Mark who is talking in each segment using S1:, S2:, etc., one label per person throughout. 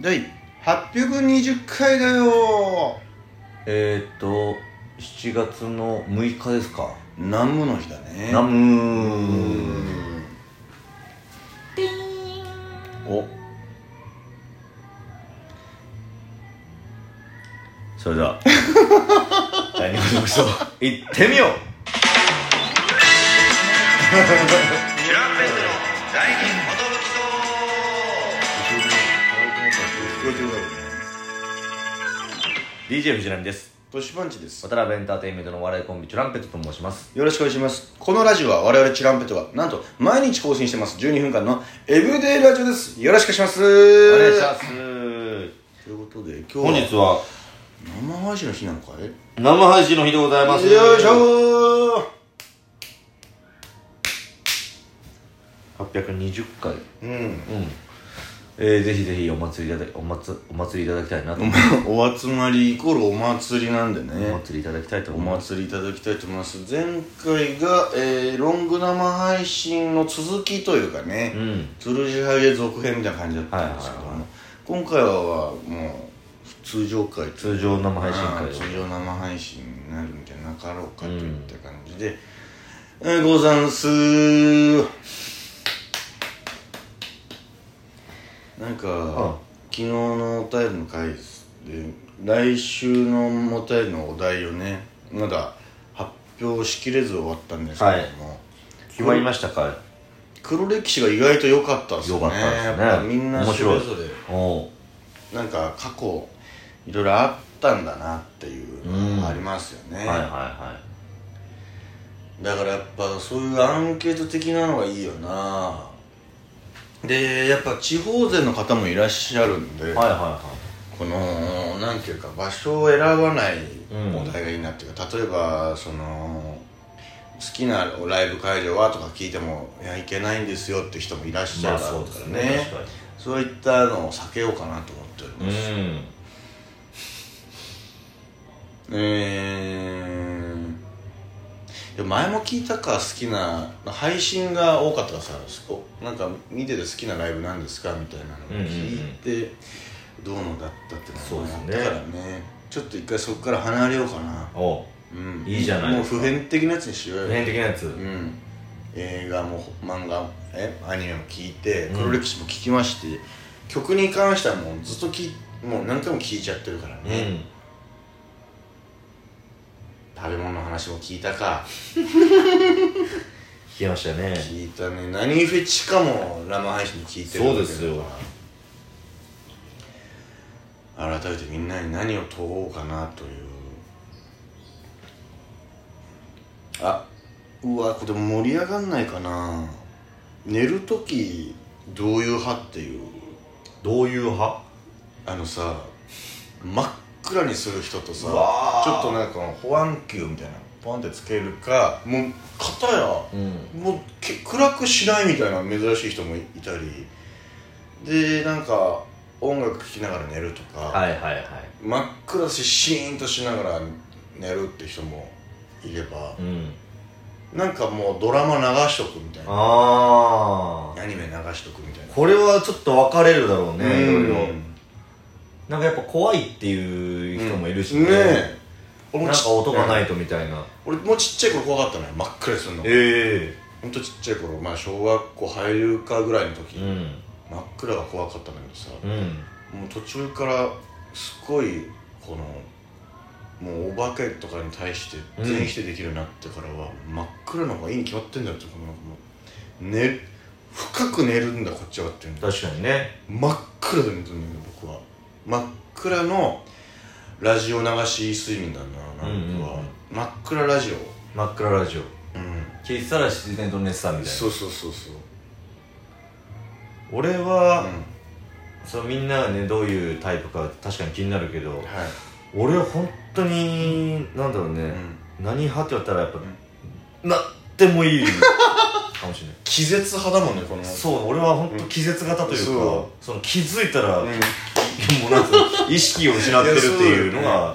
S1: 第820回だよ
S2: えー、っと7月の6日ですか
S1: ナムの日だね
S2: ナ
S1: う
S2: ムー
S1: ん
S2: おそれで は第2回のご視聴いってみよう
S1: 聞こえてるだろうね
S2: DJ 藤波です
S1: トシパンチです
S2: 渡辺エンターテインメントのお笑いコンビチュランペットと申します
S1: よろしくお願いしますこのラジオは我々チュランペットはなんと毎日更新してます12分間のエブリデイラジオですよろしくお願いします
S2: お願いします
S1: ということで今日は
S2: 本日は
S1: 生配信の日なのかい
S2: 生配信の日でございます
S1: よいしょー
S2: 820回うん
S1: うん
S2: えー、ぜひぜひお祭りいただお祭お祭りいただきたいなと思
S1: お集まりイコールお祭りなんでね
S2: お祭りいただきたいと
S1: お
S2: 思います
S1: 祭りいただきたいと思います前回が、えーロング生配信の続きというかね、
S2: うん
S1: トゥルジハゲ続編みたいな感じだったんですけども、
S2: はいはいは
S1: 今回はもう通常回という
S2: 通常生配信会
S1: あー
S2: を
S1: 通常生配信になるんじゃなかろうかといった感じで、えーござんすなんか、
S2: ん
S1: 昨日のお便りの回ですで来週のお便りのお題をねまだ発表しきれず終わったんですけども、
S2: 決まりましたか
S1: 黒歴史が意外と良かったですね
S2: よかったですね
S1: やっぱみんな
S2: 面
S1: それ
S2: 白い
S1: ぞれ
S2: おう
S1: なんか過去いろいろあったんだなっていうのがありますよね、
S2: はいはいは
S1: だからやっぱそういうアンケート的なのがいいよなでやっぱ地方勢の方もいらっしゃるんで、
S2: いはいはいはい
S1: このなんていうか場所を選ばないお題がいいなっていうか、例えばその好きなライブ会場はとか聞いてもいや行けないんですよって人もいらっしゃるだろうからね,、
S2: まあ
S1: そう
S2: そうですね
S1: いったのを避けようかなと思っており
S2: う
S1: ます、
S2: ん
S1: えーでも前も聞いたか好きな配信が多かったからさそこなんか見てて好きなライブなんですかみたいなのを聞いて、どうのだったってのが
S2: そう
S1: あっ
S2: です
S1: た
S2: ね
S1: からねちょっと一回そこから離れようかな、
S2: おう
S1: うん、
S2: いいじゃない
S1: も
S2: で
S1: う
S2: すか
S1: 普遍的なやつにしようよ
S2: 普遍的なやつ
S1: うん、映画も漫画もえアニメも聞いて
S2: うん
S1: 黒歴史も聞きまして、曲に関してはもうずっときもう何回も聞いちゃってるからね、
S2: うん
S1: 食べ物の話も聞いたか
S2: 聞きましたね
S1: 聞いたね何フェチかも生配信で聞いてる
S2: そうですよ
S1: 改めてみんなに何を問おうかなというあうわこれ盛り上がんないかな寝る時どういう派っていう
S2: どういう派
S1: あのさ真っ暗にする人とさち
S2: うわー
S1: ょっとなんかこの保安球みたいなのポンってつけるかもう片や
S2: うん
S1: もうけ暗くしないみたいな珍しい人もいたりでなんか音楽聴きながら寝るとか、
S2: はいはいはい
S1: 真っ暗だしシーンとしながら寝るって人もいれば
S2: う、ん
S1: なんかもうドラマ流しとくみたいな
S2: ああ
S1: アニメ流しとくみたいな
S2: これはちょっと分かれるだろうねいろ
S1: うん
S2: いろなんかやっぱ怖いっていう人もいるし
S1: ねえ俺
S2: な
S1: も
S2: ん
S1: ち
S2: か音がないいとみたいな
S1: 俺もちっちゃい頃怖かったのよ真っ暗にするの
S2: え
S1: ほんとちっちゃい頃まあ小学校入るかぐらいの時、
S2: うん
S1: 真っ暗が怖かったんだけどさ、
S2: うん
S1: もう途中からすごいこのもうお化けとかに対して全否定できるようになってからは、真っ暗の方がいいに決まってんだよってこのなんかもう寝深く寝るんだこっちはっていうの
S2: 確かにね
S1: 真っ暗で寝てるんだけど僕は真っ暗のラジオ流し睡眠だななんかは、
S2: うんうんうん
S1: 真っ暗ラジオ
S2: 真っ暗ラジオ
S1: うん
S2: 聞いてたら自然と寝てたみたいな
S1: そうそうそうそう
S2: 俺は、
S1: う
S2: そうみんながねどういうタイプか確かに気になるけど
S1: んはい、
S2: 俺は本当になんだろうね、
S1: うん、
S2: 何派って言ったらやっぱ、
S1: う
S2: なっても いいかもしれない
S1: 気絶派だもんねこの
S2: そう俺は本当気絶型というか、
S1: うんそ
S2: その気づいたら、
S1: う
S2: も
S1: ん
S2: うなんか意識を失ってるっていうの
S1: いやそうだ
S2: が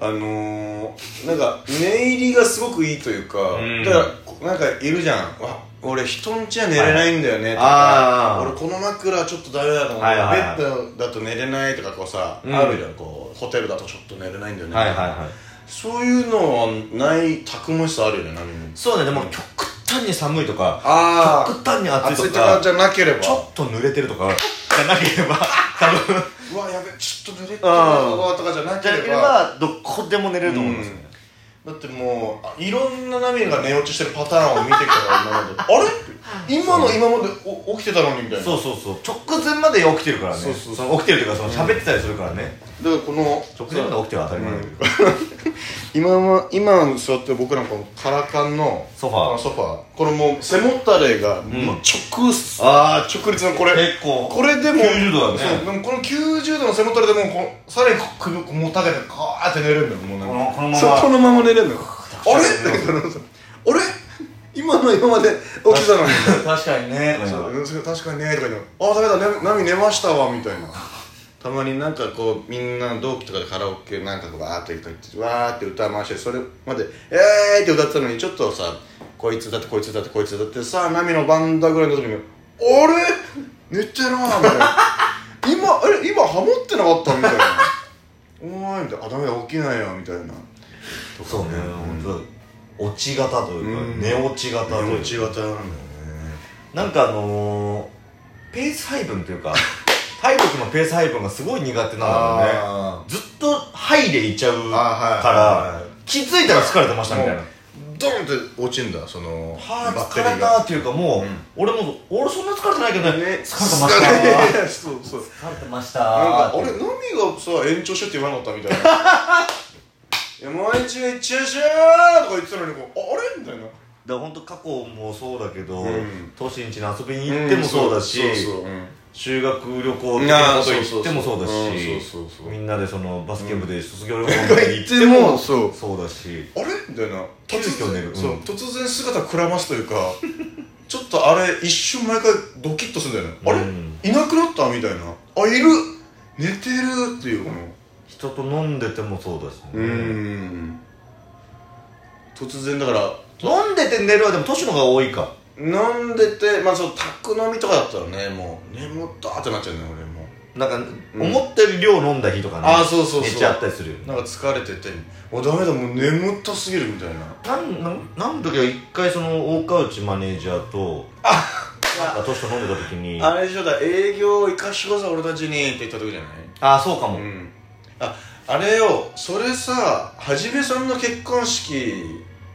S1: あのー、なんか寝入りがすごくいいというか、
S2: うん
S1: だからこなんかいるじゃんわ俺人んちは寝れないんだよねと
S2: はい
S1: か
S2: あー
S1: 俺この枕ちょっとダメだと思う、
S2: はいはいはい
S1: ベッドだと寝れないとかこうさ、
S2: うん
S1: あるじゃんこうホテルだとちょっと寝れないんだよね、
S2: はいはいはい
S1: そういうのはないたくましさあるよね波も
S2: そうだねでも極端に寒いとか
S1: あ
S2: 極端に暑
S1: 暑
S2: い
S1: い
S2: と
S1: とか
S2: か
S1: じゃなければ
S2: ちょっと濡れてると かじゃなければ多分
S1: うわやべちょっと濡れてる
S2: あー
S1: わとかじゃな
S2: じ
S1: け
S2: ゃな
S1: れ
S2: け
S1: ば
S2: ればどこでも寝れると思いますね、
S1: だってもうあいろんな波が寝落ちしてるパターンを見てきたから今まであれ今の今までお起きてたのにみたいな
S2: そうそうそう直前まで起きてるからね
S1: そうそうそう
S2: の起きてるというかその喋ってたりするからね、
S1: だからこの
S2: 直前まで起きては当たり前だけど、
S1: 今は今座ってる僕なんかもカラカンの
S2: ソファー
S1: あのソファーこれもう背もたれが、もう直す
S2: ああ
S1: 直立のこれ
S2: 結構
S1: これでも
S2: 90度だね
S1: そうでもこの90度の背もたれでもうこのさらに首をもうたげてガーって寝れるんだよもうなんか
S2: このこのまま
S1: そうこのまま寝れるの よあれ
S2: ちゃ
S1: ってなるそうあれ今の今まで起きてたのに
S2: 確かにね
S1: そううんそれ確かにねとか言うのあダメだね波寝ましたわ」みたいなたまになんかこうみんな同期とかでカラオケなんかこうわーっと行ってわーって歌回してそれまで「えー!」って歌ってたのにちょっとさこいつだってこいつだってこいつだってさあ波のバンダぐらいの時に「あれ寝てるな」 みたいな「今あれ今ハモってなかった」みたいな「おーい」みたいな「あダメだ起きないよ」みたいな
S2: そうね、本当落ち型というか、
S1: うん
S2: 寝落ち型という
S1: 寝
S2: か
S1: 落ち型なんだよね
S2: なんかあのー、ペース配分とい うか体力のペース配分がすごい苦手なんだよね
S1: あ
S2: ずっと「はい」でいっちゃう
S1: ー
S2: か
S1: あーはいはいはい
S2: ら気づいたら疲れてましたみたい
S1: も
S2: な
S1: うドンって落ちんだその
S2: は
S1: バッ
S2: あ
S1: テ
S2: 疲
S1: リー
S2: れた
S1: が
S2: っていうかもう、
S1: うん
S2: 俺も俺そんな疲れてないけどね疲れてました
S1: 疲れ そうそう
S2: 疲れてました
S1: なんかあ
S2: っ
S1: れ
S2: て
S1: 何がさ延長してって言わな かったみたいないやもう一応いっちゃうしゃーとか言ってたのにこうああれみたいな
S2: だから本当過去もそうだけど、
S1: うん
S2: 都心地に遊びに行ってもそうだし、
S1: そうそううん
S2: 修学旅行的なこと行ってもそうだし
S1: うんそうそうそう
S2: みんなでそのバスケ部で卒業旅行に行って
S1: 行って
S2: も
S1: もそう
S2: そうだし
S1: あれみたいな
S2: 急遽寝る
S1: そう
S2: うん
S1: 突然姿くらますというかちょっとあれ一瞬毎回ドキッとするんだよね、
S2: うん
S1: あれいなくなったみたいなあいる寝てるっていうこの
S2: 人と飲んでてもそうだし、ね
S1: うーん突然だから
S2: 飲んでて寝るはでも都市の方が多いか
S1: 飲んでてまあその宅飲みとかだったらねもう眠ったってなっちゃうね俺も
S2: なんか
S1: うん
S2: 思ってる量飲んだ日とかね、
S1: あーそうそうそう
S2: 寝ちゃったりするよ
S1: なんか疲れてて「おダメだもう眠ったすぎる」みたいな
S2: なんなんなんだけど一回その大川内マネージャーとなんか都市と飲んでた時にあ
S1: あれ以上だ営業行かしてください俺たちにって言った時じゃない
S2: あーそうかも、
S1: うんああれよそれさはじめさんの結婚式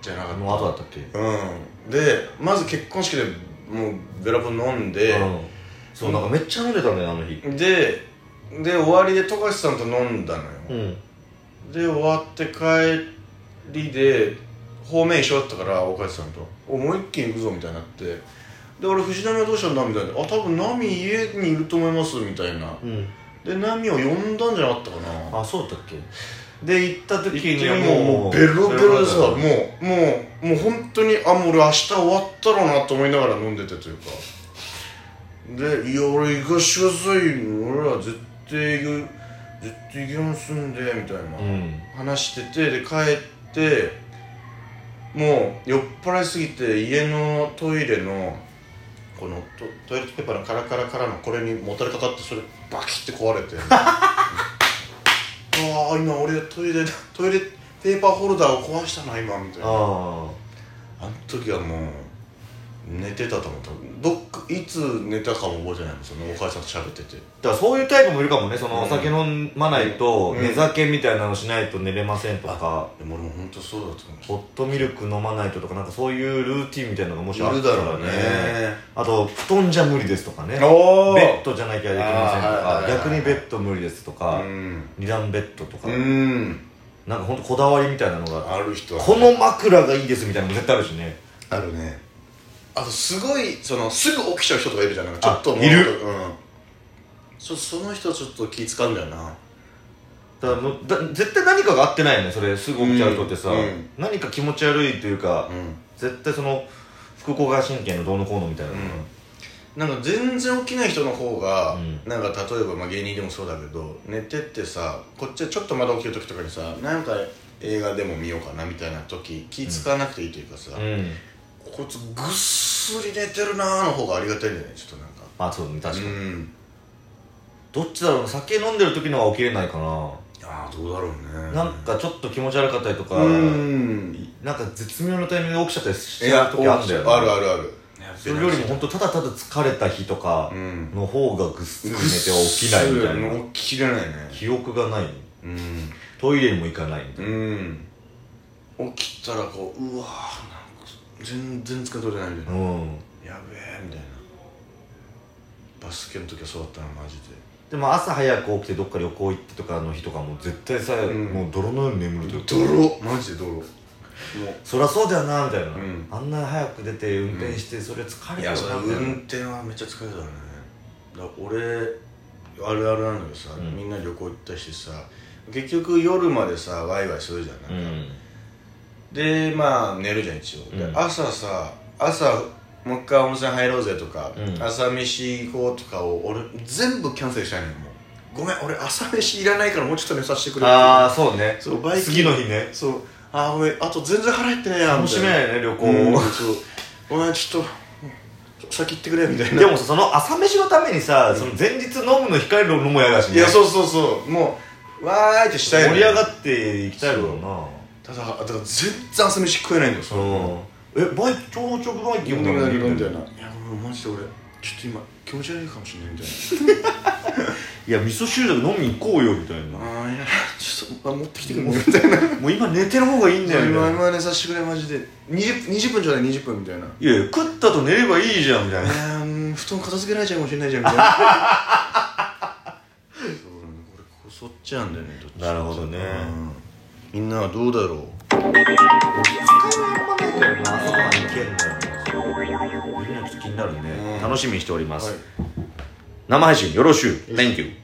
S1: じゃなか
S2: あ
S1: っ
S2: の後だったっけ
S1: たうんでまず結婚式でもうベラボン飲んで、
S2: うんそうなんかめっちゃ飲んでたんだよあの日
S1: でで終わりで富樫さんと飲んだのよ、
S2: うん
S1: で終わって帰りで方面一緒だったから岡地さんと「おもう一軒行くぞ」みたいになってで俺藤波はどうしたんだみたいな「あ多分波家にいると思います」みたいな
S2: うん
S1: で波を呼んだんじゃなかったかな
S2: あそうだったっけで行った時には
S1: もうもうベロベロでさもうもうもう本当にあもう俺明日終わったろうなと思いながら飲んでてというかで「いや俺行かしてください俺ら絶対行く絶対行きますんで」みたいな、
S2: うん
S1: 話しててで帰ってもう酔っ払いすぎて家のトイレのこのトトイレットペーパーのカラカラカラのこれにもたれかかってそれバキって壊れてああ今俺トイレトイレペーパーホルダーを壊したな今みたいなあ
S2: あ
S1: の時はもう寝てたと思ったどっかいつ寝たかも覚えてないもんですよねお母さんと喋ってて
S2: あだからそういうタイプもいるかもねその
S1: うん
S2: お酒飲まないと
S1: うん
S2: 寝酒みたいなのしないと寝れませんとか
S1: でも俺も本当そうだと思う
S2: ホットミルク飲まないととかなんかそういうルーティンみたいなのがもしあ
S1: い
S2: っ
S1: る
S2: た
S1: だ
S2: ら
S1: ろうね
S2: あと布団じゃ無理ですとかね
S1: お
S2: ベッドじゃなきゃできませんと
S1: あーはいはい
S2: か
S1: はい
S2: 逆にベッド無理ですとか
S1: うん
S2: 二段ベッドとか
S1: うん
S2: なんかほんとこだわりみたいなのが
S1: ある人は
S2: この枕がいいですみたいなのも絶対あるしね
S1: あるねあとすごいそのすぐ起きちゃう人とかいるじゃんなんかちょっと
S2: あ
S1: もう
S2: いる
S1: うんそその人はちょっと気使うんだよな
S2: だからもうだ絶対何かが合ってないよねそれすぐ起きちゃう人ってさ、
S1: うんうん
S2: 何か気持ち悪いというか、
S1: うん
S2: 絶対その副交感神経のどうのこうのみたいな、
S1: なんか全然起きない人の方が、
S2: うん
S1: なんか例えば、まあ、芸人でもそうだけど寝てってさこっちはちょっとまだ起きる時とかにさなんか映画でも見ようかなみたいな時気使わなくていいというかさ、
S2: うん
S1: こいつぐっすすり寝てるなーの方がありがたいんじゃないちょっとなんか
S2: まあそうね確かに、
S1: うん
S2: どっちだろうな酒飲んでる時のは起きれないかな、
S1: ああどうだろうね
S2: なんかちょっと気持ち悪かったりとか、
S1: うん
S2: なんか絶妙なタイミングで起きちゃったりし
S1: い
S2: ちゃう時あるんだよ、ね、
S1: あるあるある
S2: それよりも本当ただただ疲れた日とか
S1: うん
S2: の方がぐっすり寝て起きないみたいな
S1: うん起きれないね
S2: 記憶がない
S1: うん
S2: トイレにも行かないみたい
S1: うん起きたらこううわーなんか全然疲れ取れないみたいな
S2: なうん
S1: やべえみたいなバスケの時はそうだったなマジ
S2: でも朝早く起きてどっか旅行行ってとかの日とかも絶対さ、
S1: ん
S2: もう泥のように眠るという
S1: で
S2: か
S1: 泥マジで泥もう
S2: そりゃそうだよなみたいな、
S1: ん
S2: あんな早く出て運転してそれ疲
S1: い
S2: れてる
S1: やそれ
S2: なみたいな、
S1: 運転はめっちゃ疲れたねだから俺あるあるなんだけどさ、
S2: うん
S1: みんな旅行行ったしさ結局夜までさワイワイするじゃんなんか、
S2: うん
S1: でまあ寝るじゃん一応、で
S2: うん
S1: 朝さ朝もう一回温泉入ろうぜとか、
S2: うん
S1: 朝飯行こうとかを俺全部キャンセルしたいのよもうごめん俺朝飯いらないからもうちょっと寝させてくれ
S2: ああそうね
S1: そうバイキン
S2: 次の日ね
S1: そうあーごめんあと全然払えてねえやん
S2: 楽しめないよね旅行、
S1: うんそうごめんちょっと先行ってくれみたいな
S2: でもさその朝飯のためにさ、その前日飲むの控えるのも嫌だしね
S1: いやそうそうそうもうわーいってしたい
S2: 盛り上
S1: っ
S2: がっていきたいだろうな
S1: ただだから全然朝飯食えないんだよそ
S2: そのえバイちょうちょくバイキン
S1: 飲
S2: グ
S1: んだ
S2: なの
S1: け
S2: に
S1: 飲んだよないやもうマジで俺ちょっと今気持ち悪いかもしれないみたい
S2: いや味噌汁でも飲みに行こうよみたいな
S1: なあーいやちょっとあ持ってき てくれみたいな
S2: もう今寝てる方がいいんだよみた
S1: 今
S2: いな
S1: 今寝させてくれマジで 20, 20分ちょうだい20分みたいない
S2: やいや食ったと寝ればいいじゃんみたいな
S1: やーうん布団片付けられちゃうかもしれないじゃんみたいなそうなんだこれこそっちなんだよねどっち
S2: なるほどね
S1: うんみんなはどうだろう
S2: あんまないんだよなあそこまで行けんだよなみんなちょっと気になるね
S1: うん
S2: 楽しみにしております
S1: はい
S2: 生配信よろしゅう Thank you